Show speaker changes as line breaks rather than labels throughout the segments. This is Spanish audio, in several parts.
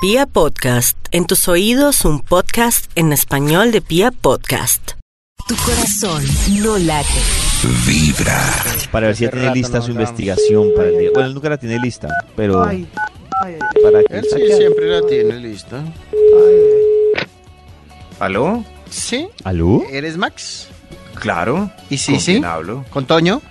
Pia Podcast, en tus oídos un podcast en español de Pia Podcast.
Tu corazón no late.
Para ver si ya
Hace
tiene
rato
lista
no
su
grabamos.
investigación para el día. Bueno, él nunca la tiene lista, pero para que
Él sí siempre la tiene lista.
¿Aló?
Sí,
¿Aló?
eres Max.
Claro.
Y sí,
¿Con
sí.
quién hablo?
Con Toño.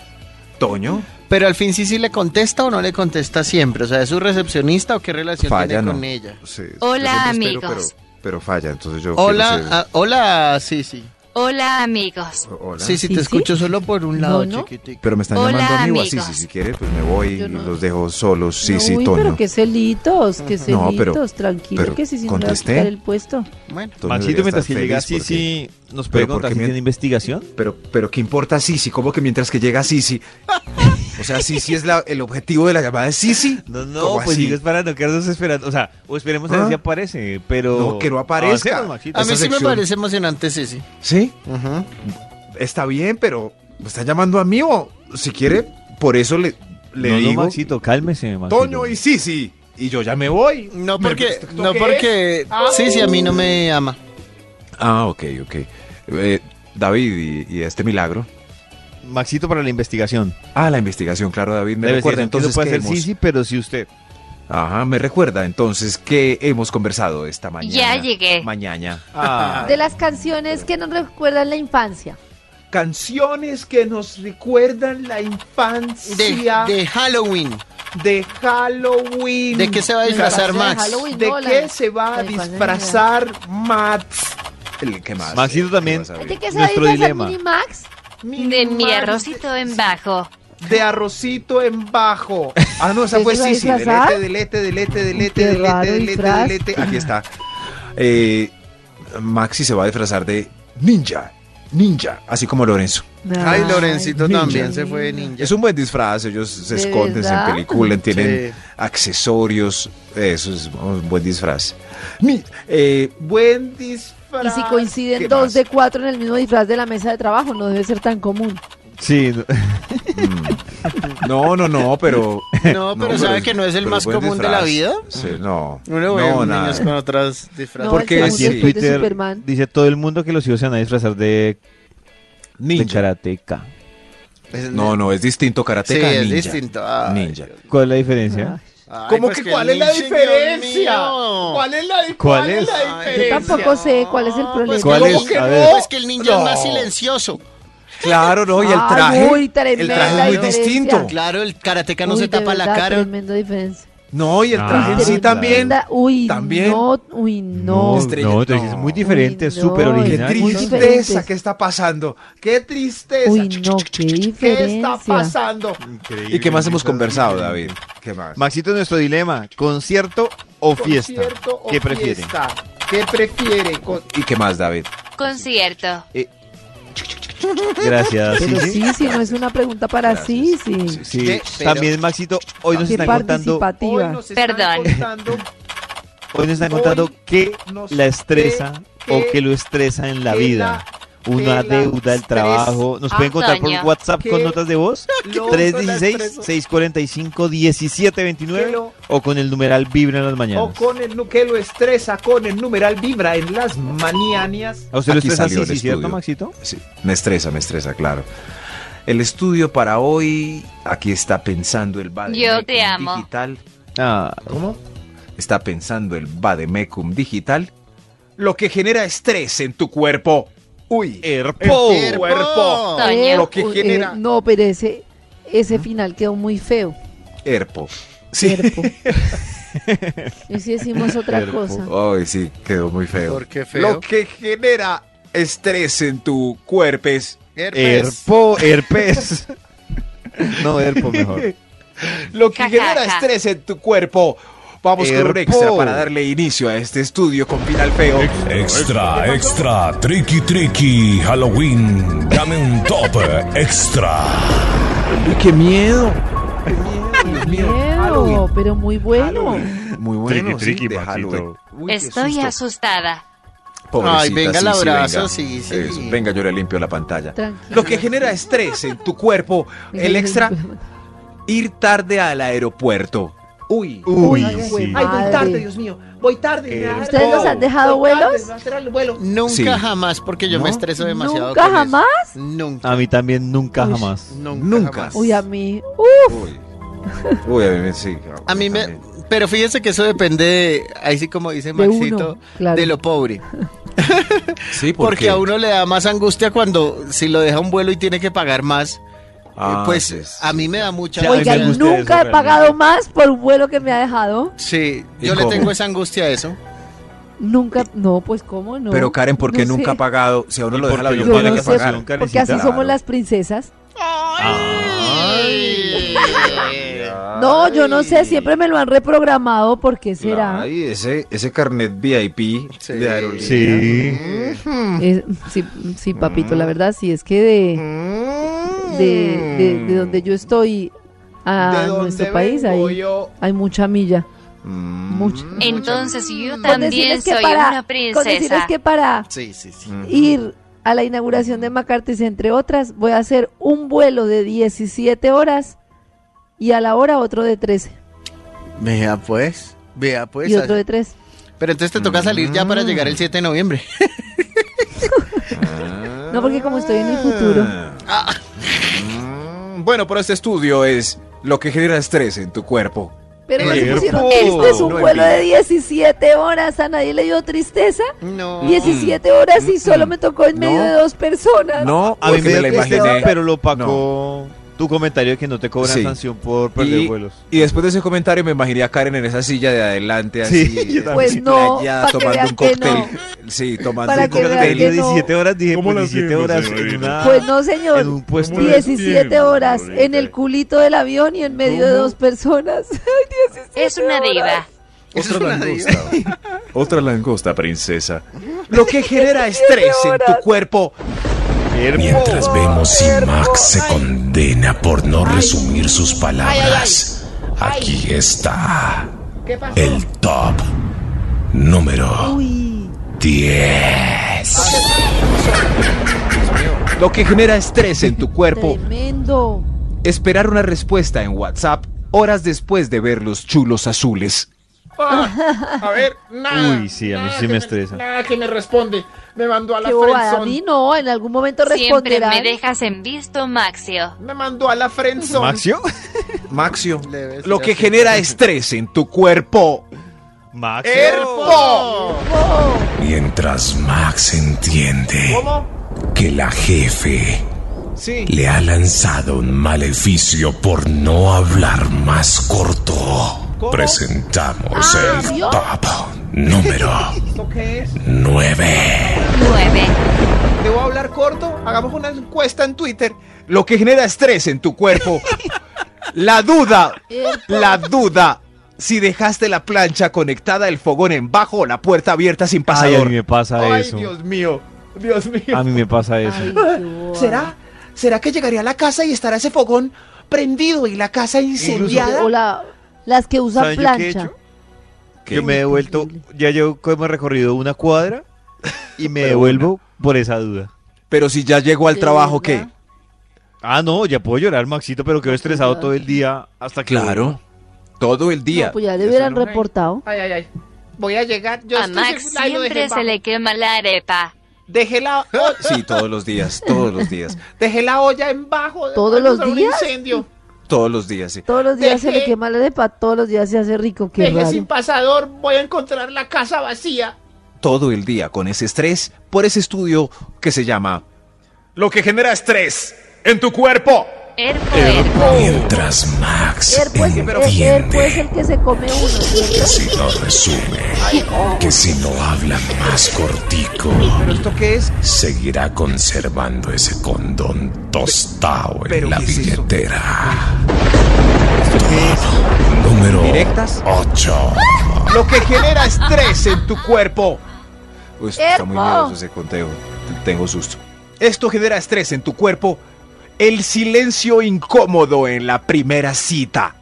¿Toño?
Pero al fin sí, sí le contesta o no le contesta siempre. O sea, ¿es su recepcionista o qué relación
Falla,
tiene
no.
con ella?
Sí,
Hola,
yo siempre espero,
amigos.
Pero, pero falla, entonces yo...
Hola,
quiero ser-
ah, hola, sí, sí.
Hola amigos.
O- Hola.
Sí, sí, te escucho solo por un lado, chiquitico.
Pero me están
Hola,
llamando a mí o así,
amigos.
si quiere, pues me voy y los dejo solos. Sí, sí,
Uy,
Toño.
pero qué celitos, qué celitos,
No, pero-
tranquilo,
pero
que si si no le va a
contesté.
quitar el puesto.
Bueno,
Toño
Maxito,
debería
mientras que
estar
llega
feliz
Sisi, ¿nos puede
pero ¿por
contar
qué
si
mien-
tiene investigación?
porque- Pero, pero ¿qué importa Sisi? ¿Cómo que mientras que llega Sisi? O sea, Sisi es la- el objetivo de la llamada de Sisi.
No,
¿Cómo
no, pues
así?
digo, es para no quedarnos esperando. O sea, o esperemos a
¿Ah?
ver si aparece, pero. Ah,
No, que no aparezca.
Avancemos, Maxito.
a mí
esa
sí me
sección-
parece emocionante, sí, sí.
¿Sí?
Ujú.
Está bien, pero ¿me están llamando a mí o si quiere? Por eso le, le
no, no,
digo...
Maxito, cálmese, Maxito.
Toño y Sisi. Y yo ya me voy.
No
¿Me-
porque,
esto
no
qué
porque, Ah. sí, sí, a mí no me ama.
Ah, ok, ok. Eh, David, y, y este milagro.
Maxito para la investigación.
Ah, la investigación, claro, David. Me
La
recuerda
investigación
entonces
que no puede
que
ser
hemos...
Sisi, pero sí usted.
Ajá, me recuerda entonces que hemos conversado esta mañana.
Ya llegué.
Mañana.
Ah,
De las canciones que nos recuerdan la infancia.
Canciones que nos recuerdan la
De,
infancia de,
de Halloween.
Halloween.
¿De qué se va a disfrazar
canción de
Max?
Halloween,
¿De
no, la-
qué se va a
la infancia
disfrazar Max? El que más.
Maxito
eh,
también.
¿qué vas a ver?
¿De qué se
Nuestro
va a
dilema.
disfrazar Mini Max?
De mi arrocito en bajo.
De arrocito en bajo. Ah, no, esa
¿Te
fue
iba a
Sisi. este,
disfrazar?
Delete, delete, delete, delete,
Qué raro
delete, delete,
disfraz.
delete. este, Aquí está. Eh, Maxi se va a disfrazar de ninja. Ninja, así como Lorenzo.
Ay, Lorencito
ninja.
también se fue de ninja.
Es un buen disfraz, ellos se
¿De
esconden
verdad?
en película, tienen
Sí.
accesorios. Eso es un buen disfraz. Mi- eh, buen disfraz.
Y si coinciden
¿Qué
dos
más?
de cuatro en el mismo disfraz de la mesa de trabajo, no debe ser tan común.
sí.
Mm. No, no, no, pero.
No, pero ¿sabe
es-
que no es el
pero
más
buen
común de la vida?
Sí, no.
Uno ve
no, nada.
niños con otras disfraces.
No,
Porque
el
Aquí
sí.
en
segundo después de
Twitter
Superman.
dice todo el mundo que los hijos se van a disfrazar de, de
Ninja.
karateca.
Es-
No, no, es distinto
Sí,
karateka a
es
ninja.
distinto. Ay,
Ninja.
¿Cuál es la diferencia?
Ay,
¿Cómo
pues
que cuál es la
ninja,
diferencia?
Dios mío.
es la diferencia?
¿Cuál es?
Yo tampoco sé cuál es el problema.
¿Cuál
¿cómo
es?
que
A
no?
ver.
Pues que el ninja es más
No.
silencioso.
Claro, no, y el
Ay,
traje.
uy, tremenda
el traje es muy
diferencia.
distinto.
Claro, el karateca no
Uy,
se
de
tapa la
verdad,
cara.
Tremenda diferencia.
No, y el
Ah,
traje en sí
claro.
también.
Tremenda- Uy,
También.
no, uy, no.
Estrella,
no, te
no.
dije, es muy diferente,
Uy,
es súper
no,
Qué
original.
muy
tristeza
diferentes.
que está pasando. Qué tristeza.
Uy, no, qué diferencia.
pasando? ¿Y qué más hemos conversado, David? ¿Qué más?
Maxito, nuestro dilema, concierto o fiesta. ¿Qué prefieren?
¿Qué prefiere? ¿Y qué más, David?
Concierto.
Gracias.
Pero
Sisi.
sí, sí, no es una pregunta para
Gracias.
Ah, sí, sí.
Sí,
Qué- pero-
También Maxito, hoy nos
Qué
están contando,
participativa.
Perdón.
hoy nos están contando qué la estresa o qué lo estresa en la vida. Una
que la
deuda, el trabajo. Nos pueden contar por
Antonia.
WhatsApp con
Que
notas de voz.
lo- la estreso.
316-645-1729
Que lo-
o con el numeral Vibra en las mañanas.
el nu- que lo estresa con el numeral vibra en las manianas.
¿A usted lo
Aquí
estresa
salió el
Sisi, cierto,
estudio.
Maxito?
Sí, me estresa, me estresa, claro. El estudio para hoy, aquí está pensando el Bademecum
Yo te amo.
Digital.
Ah,
¿Cómo? Está pensando el Bademecum Digital. Lo que genera estrés en tu cuerpo. Uy,
Herpo.
el cuerpo.
Toño.
Lo que
uy,
genera-
Eh, no, pero ese, ese final quedó muy feo.
Herpo. Sí.
Terpo. y si decimos otra
Terpo.
cosa.
Ay, sí, quedó muy feo.
¿Por qué
Lo
feo?
que genera estrés en tu cuerpo es
Herpes.
Herpo, herpes. No, herpo mejor.
lo que
Ja, ja,
genera
ja.
estrés en tu cuerpo. Vamos con un
Herpo.
extra para darle inicio a este estudio con final feo.
Extra, extra, tricky, tricky, Halloween, dame un top extra.
¡Qué miedo!
Miedo, pero muy bueno.
Muy bueno, sí, de Halloween. Uy, qué
Estoy
susto.
asustada.
Pobrecita,
Ay, venga
sí,
el
sí,
abrazo,
venga.
sí, sí.
Eso, venga, yo le limpio la pantalla.
Tranquilo.
Lo que genera estrés en tu cuerpo, el extra, ir tarde al aeropuerto.
Uy.
Uy,
Ay,
sí.
güey,
Ay, voy
madre.
tarde, Dios mío. Voy tarde.
Qué
me va a dar-
¿Ustedes nos han dejado
Voy tarde,
vuelos?
me va a hacer el vuelo.
Nunca
Sí.
jamás, porque yo me
¿No?
estreso demasiado.
¿Nunca
con eso.
jamás?
Nunca.
A mí también nunca
Uy.
jamás.
Nunca.
Nunca.
jamás.
Uy, a mí.
Uy. Uy, a mí me sí.
A mí me.
también.
Pero fíjese que eso depende, de- ahí sí como dice
De uno,
Maxito,
claro.
de lo pobre.
Sí, ¿por
Porque
qué?
a uno le da más angustia cuando si lo deja un vuelo y tiene que pagar más.
Ah,
eh, pues
sí, sí.
a mí me da mucha
Ya,
Oiga,
a mí me
angustia.
gusta eso
nunca he
realmente.
pagado más por un vuelo que me ha dejado.
Sí,
¿Y
yo le
cómo?
tengo esa angustia a eso.
Nunca, no, pues cómo no.
Pero Karen, ¿por qué
No
nunca
sé.
ha pagado? Si a uno lo deja la
Porque
avión,
Yo
tiene
no
que
sé,
pagar.
Porque así
Claro.
somos las princesas.
Ay.
No, yo no sé, siempre me lo han reprogramado, ¿por qué será?
Ay, ese, ese carnet VIP
Sí.
de aerolínea.
Sí.
Es- sí, sí, papito, la verdad, sí, es que de, de, de- de donde yo estoy a
¿De dónde
Ah, nuestro país
vengo
hay,
yo?
hay mucha milla.
Mm.
Mucha.
Entonces yo
Con
Eh, también
decirles que
soy
para-
una
Con decirles
princesa.
que para
Sí, sí, sí.
ir a la inauguración de McCarthy's, entre otras, voy a hacer un vuelo de 17 horas y a la hora otro de 13
Vea pues, vea pues.
y otro de 3.
Pero entonces te toca salir ya para llegar el 7 de noviembre.
Ah.
No, porque como estoy en el futuro.
Mm, Ah. Bueno, pero este estudio es lo que genera estrés en tu cuerpo.
Pero no
Qué
se pusieron,
puto,
este es un
no
vuelo de
envidia.
17 horas, a nadie le dio tristeza.
No.
17 horas y solo me tocó
No.
en medio de dos personas.
No,
A mí me
porque me
dio
la
tristeza,
imaginé.
pero lo pagó tu comentario de que no te cobran
Sí.
sanción por perder
Y,
vuelos.
y después de ese comentario me imaginé a Karen en esa silla de adelante
Sí,
así.
yo también.
Pues no,
playada,
pa' que
tomando
vean
un
que
cóctel. Sí, tomando
Para
un
que vean
cóctel.
que
Pero
no.
17 horas dije,
¿Cómo
pues
la
17
entiendo,
horas en
señorita?
una
Pues no, señor.
en un puesto de-
17 horas en el culito del avión y en medio de dos personas. Ay, 17
Es una
horas.
diva.
Eso es una
Otra langosta, princesa.
Lo que genera estrés en tu cuerpo.
Mientras vemos si Max se condena por no resumir sus palabras, aquí está
¿Qué pasó?
el top número 10.
Lo que genera estrés en tu cuerpo.
Tremendo.
Esperar una respuesta en WhatsApp horas después de ver los chulos azules. Ah.
A ver, nada.
Uy, sí, a mí
nada
sí
que
me estresa.
Nada que me responde. Me mandó a la
Qué bobada. A mí
friendzone.
no, en algún momento
Siempre
responderán.
me dejas en visto, Maxio.
Me mandó a la friendzone.
¿Maxio?
Maxio.
Le ves,
Lo
ya
que
sé.
genera estrés en tu cuerpo.
Maxio.
¡Erpo!
Mientras Max entiende
¿Cómo?
que la jefe
Sí.
le ha lanzado un maleficio por no hablar más corto. Presentamos el
¿vio?
top número
¿Esto qué es?
9.
9.
¿Debo hablar corto? Hagamos una encuesta en Twitter.
Lo que genera estrés en tu cuerpo. La duda.
Eh,
La duda. Si dejaste la plancha conectada, el fogón en bajo o la puerta abierta sin
Ay, a
pasador.
mí me pasa
Ay,
eso.
Dios mío. Dios mío.
A mí me pasa eso.
Ay, qué bobada.
¿Será? ¿Será que llegaré a la casa y estará ese fogón prendido y la casa incendiada?
O la- las que usan
¿Saben yo qué he
plancha.
hecho? Yo me he devuelto, ya yo hemos recorrido una cuadra y me
Pero
devuelvo por esa duda.
Pero si ya llegó al
¿De
trabajo, ¿qué?
verdad?
Ah, no, ya puedo llorar, Maxito, pero quedo estresado todo el día hasta que...
Claro. Todo el día.
No, pues ya le hubieran reportado.
Ay, ay, ay. Voy a llegar. Yo
A
estoy
Max
segura- Ay, lo dejé
siempre se
bajo.
le quema la arepa.
Dejé la,
Sí, todos los días, todos los días,
dejé la olla en bajo.
¿Todos los
causar un
días?
incendio.
todos los días, sí.
Todos los días se le
Dejé-
quema la arepa, todos los días se hace rico. Qué
Dejé
raro.
sin pasador. Voy a encontrar la casa vacía.
Todo el día con ese estrés por ese estudio que se llama Lo que genera estrés en tu cuerpo.
Erpo, erpo.
Mientras Max
Erpo es, el- Erpo es el
entiende
que se come uno, ¿cierto?
que si no resume, que si no habla más cortico,
¿Pero esto qué es?
seguirá conservando ese condón tostado
¿Pero
en la
qué es eso?
billetera. Top número
¿Directas?
8.
Lo que genera estrés en tu cuerpo. Uy, está muy
¡Erpo!
miedoso ese conteo. Tengo susto. Esto genera estrés en tu cuerpo. El silencio incómodo en la primera cita.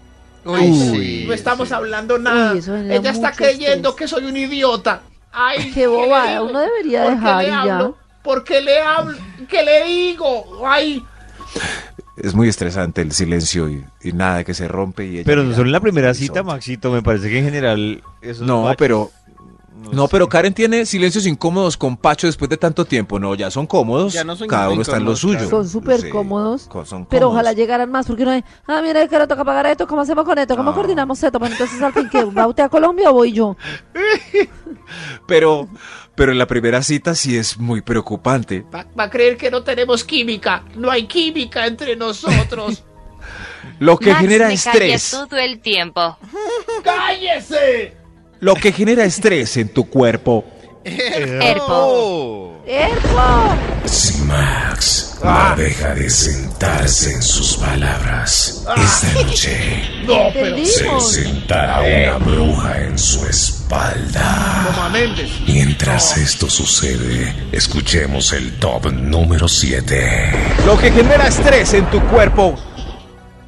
Uy, pues,
No estamos hablando nada.
Uy, eso genera
Ella está
mucho
creyendo
estrés.
que soy un idiota. Ay,
Qué bobada,
digo?
uno debería
¿Por qué
dejar
le
y ya.
hablo? ¿Por qué le hablo? ¿Qué le digo? Ay,
es muy estresante el silencio y, y nada que se rompe. Y ella
Pero no
mira
solo en la primera
el
cita,
horizonte.
Maxito, me parece que en general... esos
No,
machos,
pero no,
sé.
pero Karen tiene silencios incómodos con Pacho después de tanto tiempo. No, ya son cómodos.
Ya no son
cada uno está en lo
incómodos,
suyo.
claro.
Son súper cómodos,
co- son
Pero
cómodos.
ojalá llegaran más, porque no hay, ah, mira, es que ahora toca pagar esto, ¿cómo hacemos con esto? ¿Cómo
No.
coordinamos esto? Bueno, entonces al fin que va usted a Colombia o voy yo.
Pero, pero en la primera cita sí es muy preocupante.
Va, va a creer que no tenemos química. No hay química entre nosotros.
Lo que
Max
genera
me
estrés.
calla todo el tiempo.
¡Cállese!
Lo que genera estrés en tu cuerpo.
Erpo.
¡Erpo!
Si Max
Ah.
no deja de sentarse en sus palabras,
Ah.
esta noche se
¡Entendimos!
sentará
Eh.
una bruja en su espalda.
Como a Méndez.
Mientras esto sucede, escuchemos el top número 7.
Lo que genera estrés en tu cuerpo.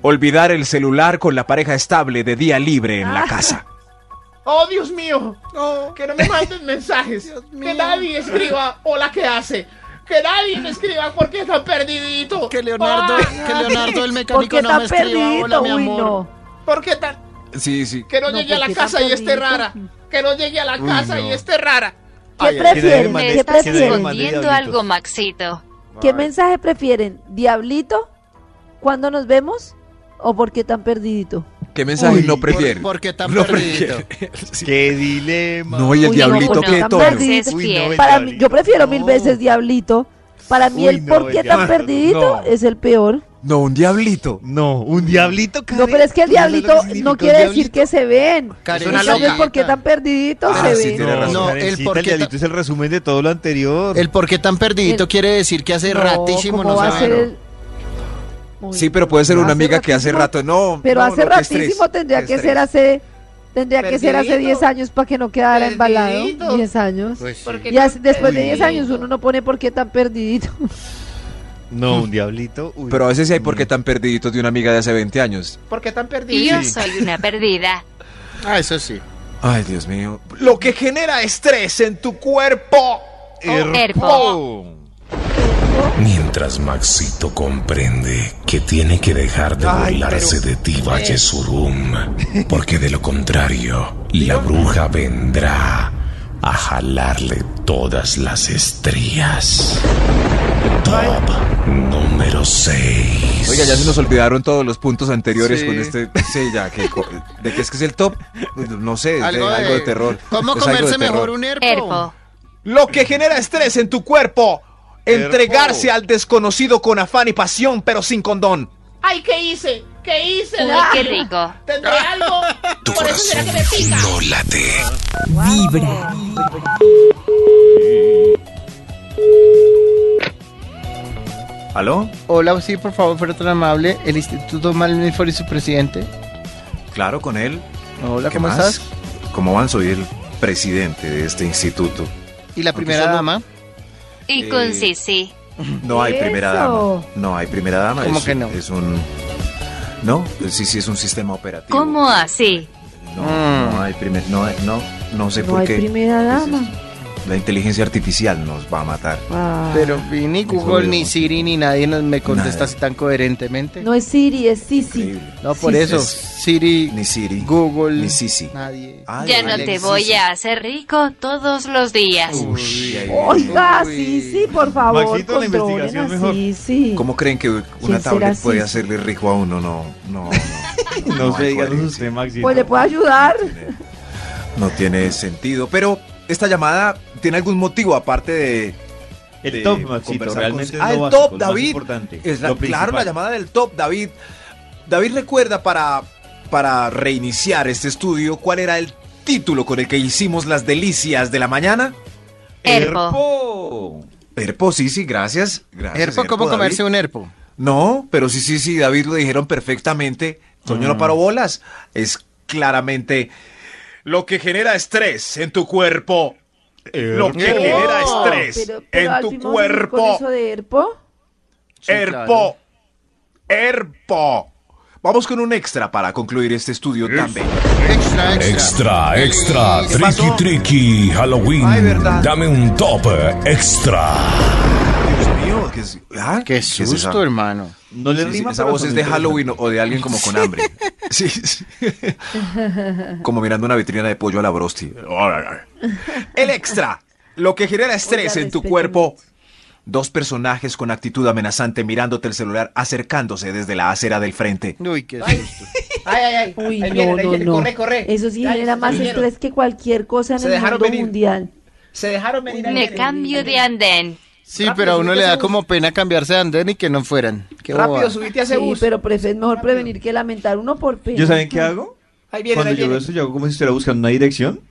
Olvidar el celular con la pareja estable de día libre en la
Ah.
casa.
¡Oh, Dios mío! Que no me manden mensajes. que nadie escriba hola que hace. Que nadie me escriba porque está perdidito. Ah,
Que Leonardo,
Ay,
que Leonardo el
¿Por
mecánico
qué
no me
tan
escriba hola,
perdido?
mi
Uy,
amor.
no.
Porque tan-
Sí, sí.
Que no,
No,
llegue a la
porque está
casa y esté
perdidito.
rara. Que no llegue a la casa y esté rara.
¿Qué
Ay, ay,
prefieren?
¿quién
Me
¿Qué
estás
prefieren?
mandé
escondiendo
diablitos.
algo, Maxito.
¿Qué mensaje prefieren? ¿Diablito? ¿Cuándo nos vemos? ¿O por qué tan perdidito?
¿Qué mensaje
Uy,
no
¿por-
prefieren?
por qué tan
no
perdido?
prefieren. Sí.
¡Qué dilema!
No, y el
Uy,
diablito
no,
que
tan
tono.
perdido.
Maxi es
Uy,
fiel.
no, el
Para mí, yo
diablito.
prefiero mil veces diablito. Para mí
Uy,
el
no,
por
ya.
qué tan perdidito
No.
es el peor.
No, un diablito.
No, un diablito, Karen.
No, pero es que el
¿Tú sabes lo
diablito
significa
no
un
quiere decir
diablito?
que se ven.
Karen,
Es una
En cambio, el
loca.
por qué tan perdidito
Ah,
se
sí,
ven.
tiene razón.
No,
No, el
el,
por
el
qué ta-
diablito es el resumen de todo lo anterior.
El por qué tan perdidito
El-
quiere decir que hace
No,
ratísimo
¿cómo
no
va
se
a ser
ven.
el- Uy,
Sí, pero puede ser
no,
una amiga que hace
ratísimo-
rato. No.
Pero
no,
hace
no, qué estrés,
ratísimo tendría
qué
que
estrés.
ser hace tendría que ser hace
Perdidito.
10 años para que no quedara embalado.
Perdidito.
10 años.
Pues sí.
Porque
Y así- después de 10
perdidito.
años uno no pone por qué tan perdidito.
No, un diablito. uy.
Pero a veces sí
Mm.
hay por qué tan perdiditos de una amiga de hace 20 años.
¿Por qué tan
Y
perdidito?
yo soy una perdida.
Ah, eso sí.
Ay, Dios mío. Lo que genera estrés en tu cuerpo.
Erpo.
Mientras Maxito comprende que tiene que dejar de burlarse de ti, Valle Surum, porque de lo contrario, la bruja vendrá a jalarle todas las estrías. Top número 6.
Oiga, ya se nos olvidaron todos los puntos anteriores
Sí.
con este. Sí, ya, que, co- ¿de qué es que es el top? pues, No sé, es de- algo de, terror.
¿Cómo
Es algo de
comerse
terror.
mejor un herpo?
Erpo.
Lo que genera estrés en tu cuerpo. Entregarse al desconocido con afán y pasión, pero sin condón.
¡Ay, qué hice! ¿Qué hice?
Uy,
Dios
qué
mío?
rico.
¿Tendré algo?
Tu
Por eso será
corazón
que me pica.
no late.
Ah.
Vibra.
¿Aló?
Hola, sí, por favor, fuera tan amable. El Instituto Malmifor y su presidente.
Claro, con él.
Hola,
¿Qué
¿cómo
más?
estás?
¿Cómo van? Soy el presidente de este instituto.
Y la
Aunque
primera
solo-
dama,
Y con
Eh,
Sisi.
No hay primera
Eso.
dama. No hay primera dama.
¿Cómo
es,
que no?
Es un. No, sí, sí, es un sistema operativo.
¿Cómo así?
No,
Mm.
no hay primer. No, hay- no, no sé
No
por
hay
qué.
primera
Es eso.
dama.
La inteligencia artificial nos va a matar.
Ah.
pero vi ni Google,
Eso
ni
digo.
Siri, ni nadie nos- me contesta
Nada.
así tan coherentemente. No,
No es Siri, es Sisi.
Increíble.
por
sí,
eso,
sí.
Siri,
Ni Siri.
Google,
Ni Sisi.
nadie.
Ay,
Ya no
Alex,
te voy
Sisi.
a hacer rico todos los días.
Uy, ay,
Oiga,
Uy.
Sisi, por favor,
Maxito, la
controlen
investigación
a
mejor.
Sisi.
¿Cómo creen que una
¿Quién será
tablet puede
Sisi?
hacerle rico a uno? No, no, no.
No
hay
sé, díganos
coherencia.
usted, Maxito.
Pues le puedo ayudar.
No tiene sentido. Pero esta llamada tiene algún motivo aparte de. de
El top, Maxito,
conversar con usted.
realmente es
Ah,
lo
el
básico,
top,
lo más
David.
importante,
Es la- claro, la
lo principal.
llamada del top, David. David recuerda para, para reiniciar este estudio cuál era el título con el que hicimos las delicias de la mañana. Oh.
Erpo.
Herpo, sí, sí, gracias. gracias
Herpo, ¿cómo
David.
comerse un herpo?
No, pero sí, sí, sí, David lo dijeron perfectamente. Toño
Mm.
no paró bolas. Es claramente lo que genera estrés en tu cuerpo.
Eh,
Lo que
Herpo.
genera
No,
estrés
pero- pero
en
al
tu
fin vamos a ir con
cuerpo.
eso de Erpo?
Sí,
Herpo. Herpo. Vamos con un extra para concluir este estudio también.
claro. Extra, extra.
Extra, extra,
¿Qué pasó?
tricky, tricky, Halloween.
Ay, verdad.
Dame un top extra.
Dios mío, ¿qué, es- ah,
Qué
¿qué es esa?
susto, hermano.
No le
Sí, sí,
rima,
esa
pero
voz
son
es de
interesantes.
Halloween o de alguien como con hambre. Sí, sí. Como mirando una vitrina de pollo a la brosti. El extra. Lo que genera estrés
Oiga,
en tu
respeten
cuerpo. Dos personajes con actitud amenazante mirándote el celular acercándose desde la acera del frente.
Uy, qué susto.
Ay, ay, ay.
Uy,
ahí
no,
vienen, ahí
no,
vienen.
no.
Corre, corre.
Eso sí
Ya,
genera
se
más
vinieron.
estrés que cualquier cosa en
Se
el
dejaron
mundo
venir.
mundial.
Se dejaron venir. ahí
Me
vienen,
cambio
ahí
de
vienen.
andén.
Sí,
Rápido,
pero a uno
subite
le
a
da
ese
como pena cambiarse de andén y que no fueran. Qué
Rápido,
bobada.
subite a ese
Sí,
bus.
pero pre- es mejor prevenir que lamentar uno por pena.
¿Yo saben qué hago?
Ahí vienen,
Cuando
ahí
yo veo
vienen.
eso, yo hago como si estuviera buscando una dirección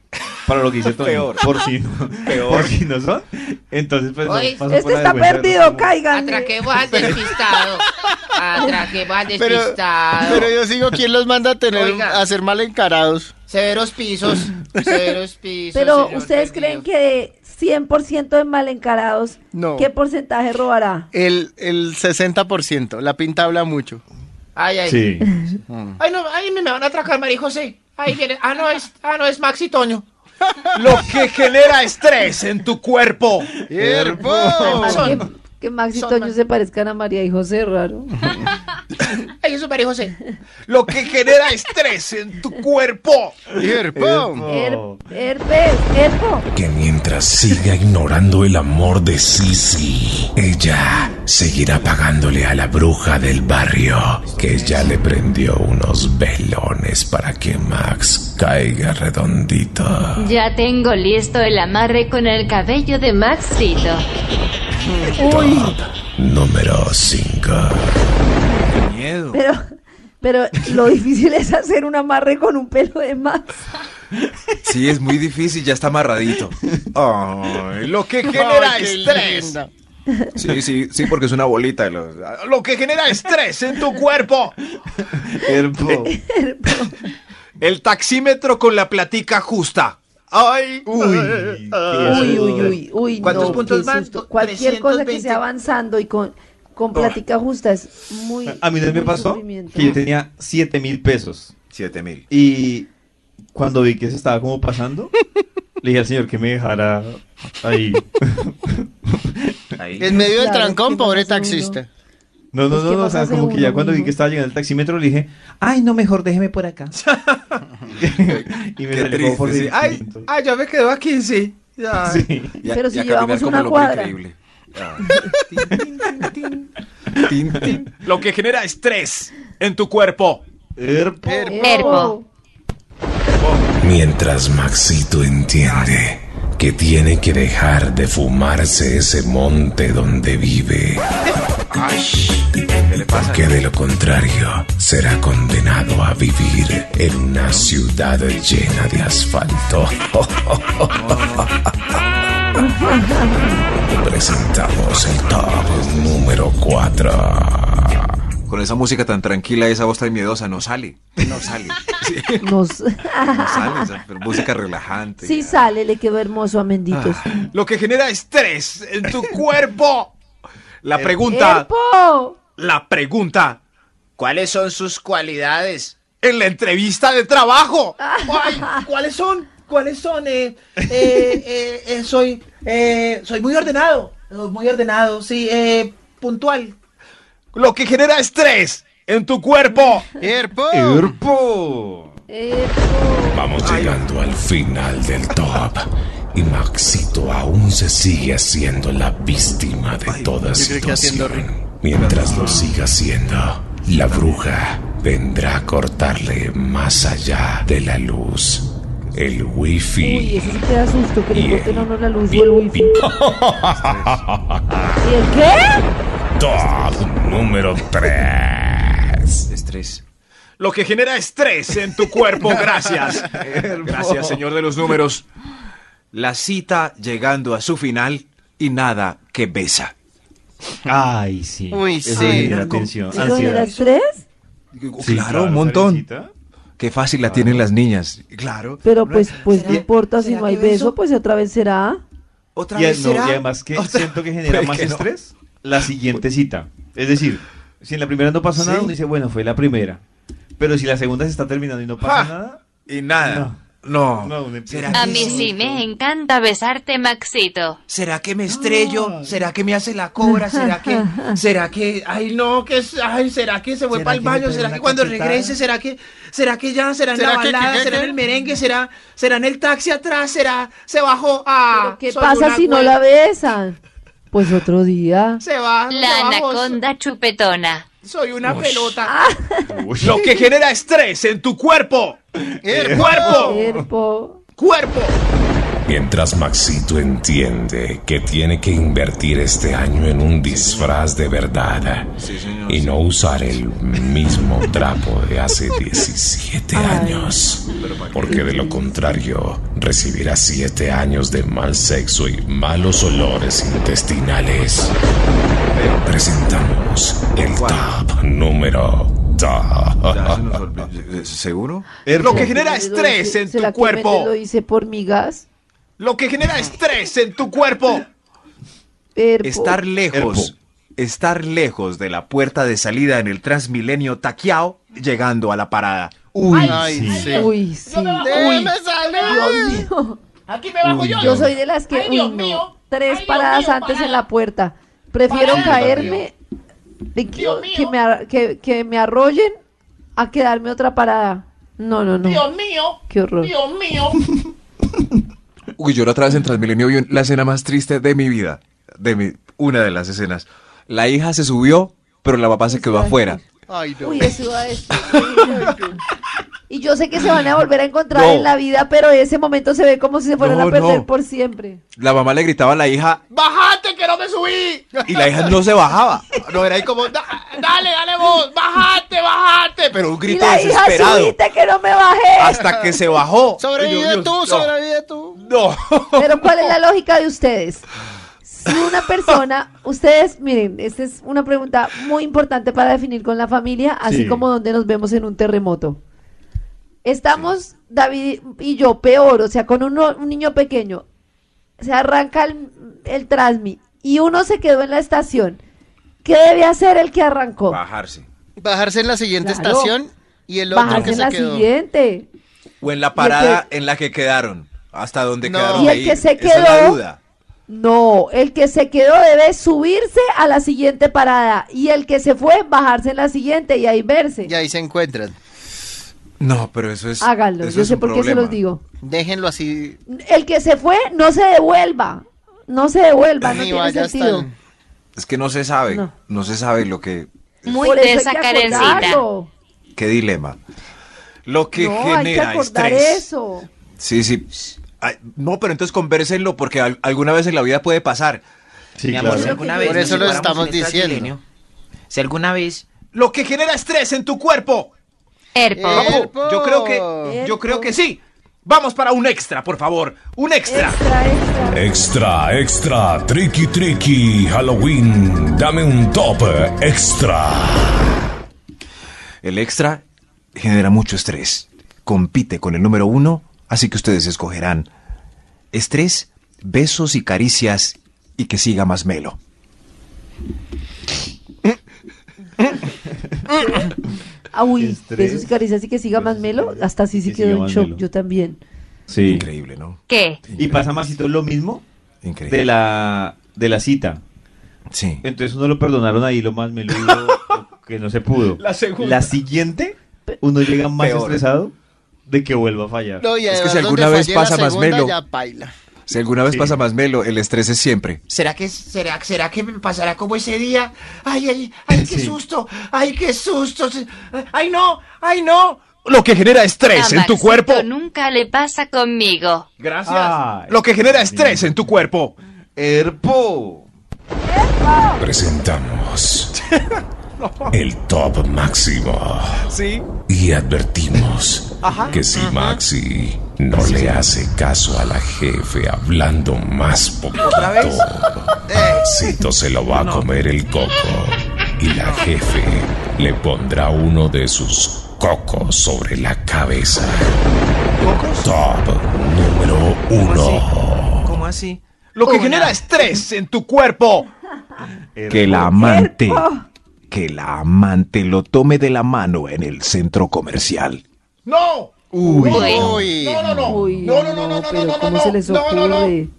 para lo que hice Tony.
Peor.
Por si no, por si no son. Entonces, pues, no,
Oye,
paso por
Este
la vergüenza
está
de
perdido,
verlos como-
caigan.
Atraquemos al despistado. Atraquemos al
Pero,
despistado.
pero yo sigo, ¿quién los manda a tener
Oiga.
a ser mal encarados?
Severos pisos. Severos pisos.
Pero
señor
ustedes
perdido.
creen que de 100% de mal encarados,
No.
¿qué porcentaje robará?
El, el 60%. La pinta habla mucho.
Ay, ay.
Sí.
Ay, no, ahí me me van a atracar, María José. Ahí viene. Ah, no, es, ah, no, es Maxi Toño.
Lo que genera estrés en tu cuerpo.
Además
¡Hierbo!
que,
Oh, Son-
que Max y
son
Toño
mal-
se parezcan a María y José, raro.
Ay, eso, María José.
Lo que genera estrés en tu cuerpo.
¡Hierbo!
Oh.
Her- herpes, herpo.
que mientras siga ignorando el amor de Sisi, ella seguirá pagándole a la bruja del barrio que ya le prendió unos velones para que Max caiga redondito.
Ya tengo listo el amarre con el cabello de Maxito.
Número 5.
Miedo.
Pero, pero lo difícil es hacer un amarre con un pelo de Max.
Sí, es muy difícil, ya está amarradito. Ay, lo que genera
Ay, qué
estrés.
linda.
Sí, sí, sí, porque es una bolita. Lo, lo que genera estrés en tu cuerpo.
Herpo.
El taxímetro con la platica justa. Ay,
Uy.
Uy, uy, uy, uy,
¿Cuántos
no,
puntos
qué
más?
susto. Cualquier cosa que
320.
sea avanzando y con, con plática justa es muy.
A mí no me
muy
pasó
sufrimiento.
que yo tenía 7 mil pesos.
Siete mil.
Y cuando vi que se estaba como pasando, le dije al señor que me dejara ahí.
Ahí.
En medio del
Claro,
trancón,
¿qué más
pobre
hace uno?
taxista.
No, no,
Pues,
no,
¿qué
no,
más
o sea,
hace
como que
uno
ya cuando vi
mismo?
que estaba llegando el taxímetro, le dije, ay, no, mejor déjeme por acá. y me
Qué
salió
triste,
como por
sí. Ay,
1500.
Ay, ya me quedó a 15. Ya.
Sí.
Y a-
Pero
y
si
a caminar
llevamos
como
una
loco
cuadra.
increíble. Ah. Tin, tin, tin, tin. Tin, tin. Lo que genera estrés en tu cuerpo.
Erpo.
Er-
Herpo.
Mientras Maxito entiende que tiene que dejar de fumarse ese monte donde vive. Porque de lo contrario será condenado a vivir en una ciudad llena de asfalto. Presentamos el top número 4.
Con esa música tan tranquila, esa voz tan miedosa, no sale. No sale. Sí,
Nos...
no sale. esa música relajante.
sí sale, le quedó hermoso a Menditos.
Ah.
Lo que genera estrés en tu cuerpo. La pregunta,
¡Herpo!
la pregunta,
¿Cuáles son sus cualidades?
en la entrevista de trabajo.
Ah.
Ay, ¿cuáles son? ¿Cuáles son? Eh, eh, eh, eh, soy, eh, soy muy ordenado. eh, Muy ordenado, sí. Eh, puntual.
Lo que genera estrés en tu cuerpo.
¡Hierbo!
Erpo.
¡Herpo!
Vamos llegando al final del top. Y Maxito aún se sigue haciendo la víctima de toda
yo creo que haciendo
situación. Mientras lo siga haciendo, la bruja vendrá a cortarle más allá de la luz. El
Uy,
wifi.
ese sí te da susto, que le
Y
corten
el
a uno la luz o el wifi. ¿Y el qué?
Top número 3.
Estrés. Lo que genera estrés en tu cuerpo. Gracias. Gracias, señor de los números. La cita llegando a su final y nada que besa.
Ay, sí.
Uy,
Eso
sí.
genera
Ay, no,
tensión,
¿Eso
ansiedad.
eras tres?
Sí,
Oh, claro, un montón.
Karencita.
Qué fácil la tienen las niñas. Claro.
Pero pues, pues no
¿Será-
importa si
será
no hay
que beso?
beso, pues otra vez será.
Otra
Y,
vez
no,
será?
y además que
Otra-
siento que genera
Puede
más
que no.
estrés la siguiente cita. Es decir, si en la primera no pasa nada,
Sí.
uno dice, bueno, fue la primera. Pero si la segunda se está terminando y no pasa
Ja.
nada,
Y nada. No.
No, un empleo.
¿Será
A
que
mí sí me encanta besarte, Maxito.
¿Será que me estrello? ¿Será que me hace la cobra? ¿Será que.? ¿Será que.?
Ay, no, que es- ay, ¿será que se fue
¿Será
para el
que me
baño?
pegó
¿Será
una
que cuando
cachetada?
regrese? ¿Será que será que ya será en
¿Será
la
que-
balada?
que- que-
¿Será en
que?
el merengue? ¿Será será en el taxi atrás? ¿Será se bajó? Ah,
¿Pero ¿Qué
soy
pasa
una
si no
güey.
la besan? Pues otro día.
Se va,
La
se bajó,
anaconda chupetona.
Soy una pelota.
Ah.
Pues Lo que genera estrés en tu cuerpo.
Eh,
Cuerpo.
Cuerpo.
Mientras Maxito entiende que tiene que invertir este año en un disfraz de verdad y no usar el mismo trapo de hace 17 años, porque de lo contrario recibirá 7 años de mal sexo y malos olores intestinales. Pero presentamos el top número top.
¿Seguro?
Erpo.
Lo que genera
Lo
estrés
hice-
en
se
tu
la comen,
cuerpo.
Lo hice por mi gas.
Lo que genera estrés en tu cuerpo.
Erpo.
Estar lejos. Estar lejos de la puerta de salida en el Transmilenio taqueado, llegando a la parada.
Uy,
Ay,
sí.
sí.
Uy, sí.
¡Déjeme salir!
Dios mío.
Aquí me bajo yo.
Yo soy de las que.
Ay, Dios
uy, no.
mío.
Tres
Ay, Dios
paradas
mío,
antes en
parada.
la puerta. Prefiero
Parada.
caerme. de que,
Dios
que
mío.
me, ar- que, que me arrollen a quedarme otra parada. No, no, no.
Dios mío.
Qué horror.
Dios mío.
Uy, yo la otra vez en Transmilenio vi un- la escena más triste de mi vida. De mi, una de las escenas. La hija se subió, pero la papá se quedó afuera.
Ay, no.
Uy, eso va a esto. Y yo sé que se van a volver a encontrar
No.
en la vida, pero ese momento se ve como si se fueran
No,
a perder
no.
por siempre.
La mamá le gritaba a la hija
Bájate que no me subí.
y la hija no se bajaba.
No, era ahí como...
Da- dale, dale vos. Bájate, bájate.
Pero un
Y
grito
la hija
desesperado.
subiste que no me bajé.
Hasta que se bajó. Y yo,
¡Sobrevive
Dios,
tú, sobrevive tú!
No. no.
Pero ¿cuál es la lógica de ustedes? Si una persona, ustedes, miren, esta es una pregunta muy importante para definir con la familia, así
Sí.
como donde nos vemos en un terremoto. Estamos, David y yo, peor, o sea, con uno- un niño pequeño, se arranca el, el transmi y uno se quedó en la estación. ¿Qué debe hacer el que arrancó?
Bajarse.
Bajarse en la siguiente
Claro.
estación y el otro
Bajarse
que
en
se
la
quedó.
siguiente.
O en la parada en la que quedaron. Hasta donde
No.
quedaron
Y
el
ahí.
que
Esa
se
es la
quedó-
duda.
No, el que se quedó debe subirse a la siguiente parada y el que se fue bajarse en la siguiente y ahí verse.
Y ahí se encuentran.
No, pero eso es.
Háganlo,
eso
yo
es
sé
un
por qué se
problema.
los digo.
Déjenlo así.
El que se fue no se devuelva, no se devuelva, no
Ni
tiene
vaya hasta
sentido.
el-
Es que no se sabe.
No.
No, se sabe lo que.
Muy
Por
de
eso
esa
hay que
carencita.
acordarlo.
Qué dilema. Lo que
no, hay que
genera
acordar
estrés.
eso.
Sí, sí. Ay, no, pero entonces conversenlo porque al- alguna vez en la vida puede pasar.
Sí,
Mi amor,
claro.
si alguna vez
Por
nos
eso lo
separamos
estamos
en el
diciendo.
Transmilenio, Si alguna vez
Lo que genera estrés en tu cuerpo.
Erpo.
Eh,
Papo, yo creo
Erpo.
que yo creo que sí. Vamos para un extra, por favor. Un extra.
Extra, extra.
Extra, extra, tricky, tricky, Halloween, dame un top extra.
El extra genera mucho estrés. Compite con el número uno, así que ustedes escogerán estrés, besos y caricias y que siga más melo.
Ah, uy,
Estrés. Pues,
besos y caricias y que siga más melo, hasta así sí
Que
quedó
siga
en
más
shock,
melo.
yo también.
Sí.
Increíble, ¿no?
¿Qué?
Y pasa Maxito lo mismo
Increíble.
de la de la cita.
Sí.
Entonces uno lo perdonaron ahí lo más meludo lo que no se pudo.
La segunda.
La siguiente uno llega más
Peor.
estresado de que vuelva a fallar.
No, y
Es que
además
si
donde
alguna vez
fallé la
pasa más
segunda,
melo.
Ya baila.
Si alguna vez
Sí.
pasa más melo, el estrés es siempre.
será que será será que me pasará como ese día. Ay ay ay qué
Sí.
susto. Ay qué susto. se- Ay no ay no.
Lo que genera
A
estrés en tu
Maxito
cuerpo.
nunca le pasa conmigo.
Gracias.
Ay,
Lo que genera estrés en tu cuerpo.
Erpo.
Presentamos el top máximo
Sí.
y advertimos que si Maxi no le hace caso a la jefe hablando más poquito, Maxito se lo va a comer el coco y la jefe le pondrá uno de sus cocos sobre la cabeza. Top número uno.
¿Cómo así?
Lo que
Una.
genera estrés en tu cuerpo. Que la amante. Que la amante lo tome de la mano en el centro comercial.
No.
Uy.
No, no, no.
Uy,
No, no, no, no, no,
pero
no, no,
¿cómo
no,
se les
no, no, no.
ocurre?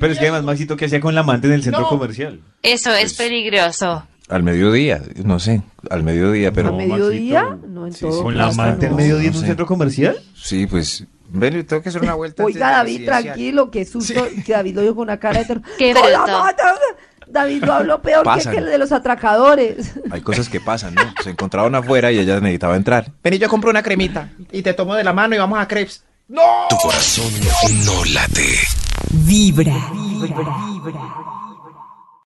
Pero es que además, Maxito, ¿qué hacía con la amante en el centro
No.
comercial?
Eso es
Pues
peligroso.
Al mediodía, no sé, al mediodía,
¿A
pero
mediodía? No, en
Sí,
todo
¿Con la
caso,
amante
no.
al mediodía en un
No sé.
centro comercial?
sí, pues, ven, tengo que hacer una vuelta. antes
Oiga,
de la
David,
presidencial.
tranquilo, qué susto. Que David lo dijo con una cara de terror.
Qué
¡No,
bruto.
no, no! David lo habló peor que,
Pasan.
que el de los atracadores.
Hay cosas que pasan, ¿no? Se encontraron afuera y ella necesitaba entrar.
Ven y yo compro una cremita y te tomo de la mano y vamos a crepes.
Tu corazón no late.
Vibra. Vibra.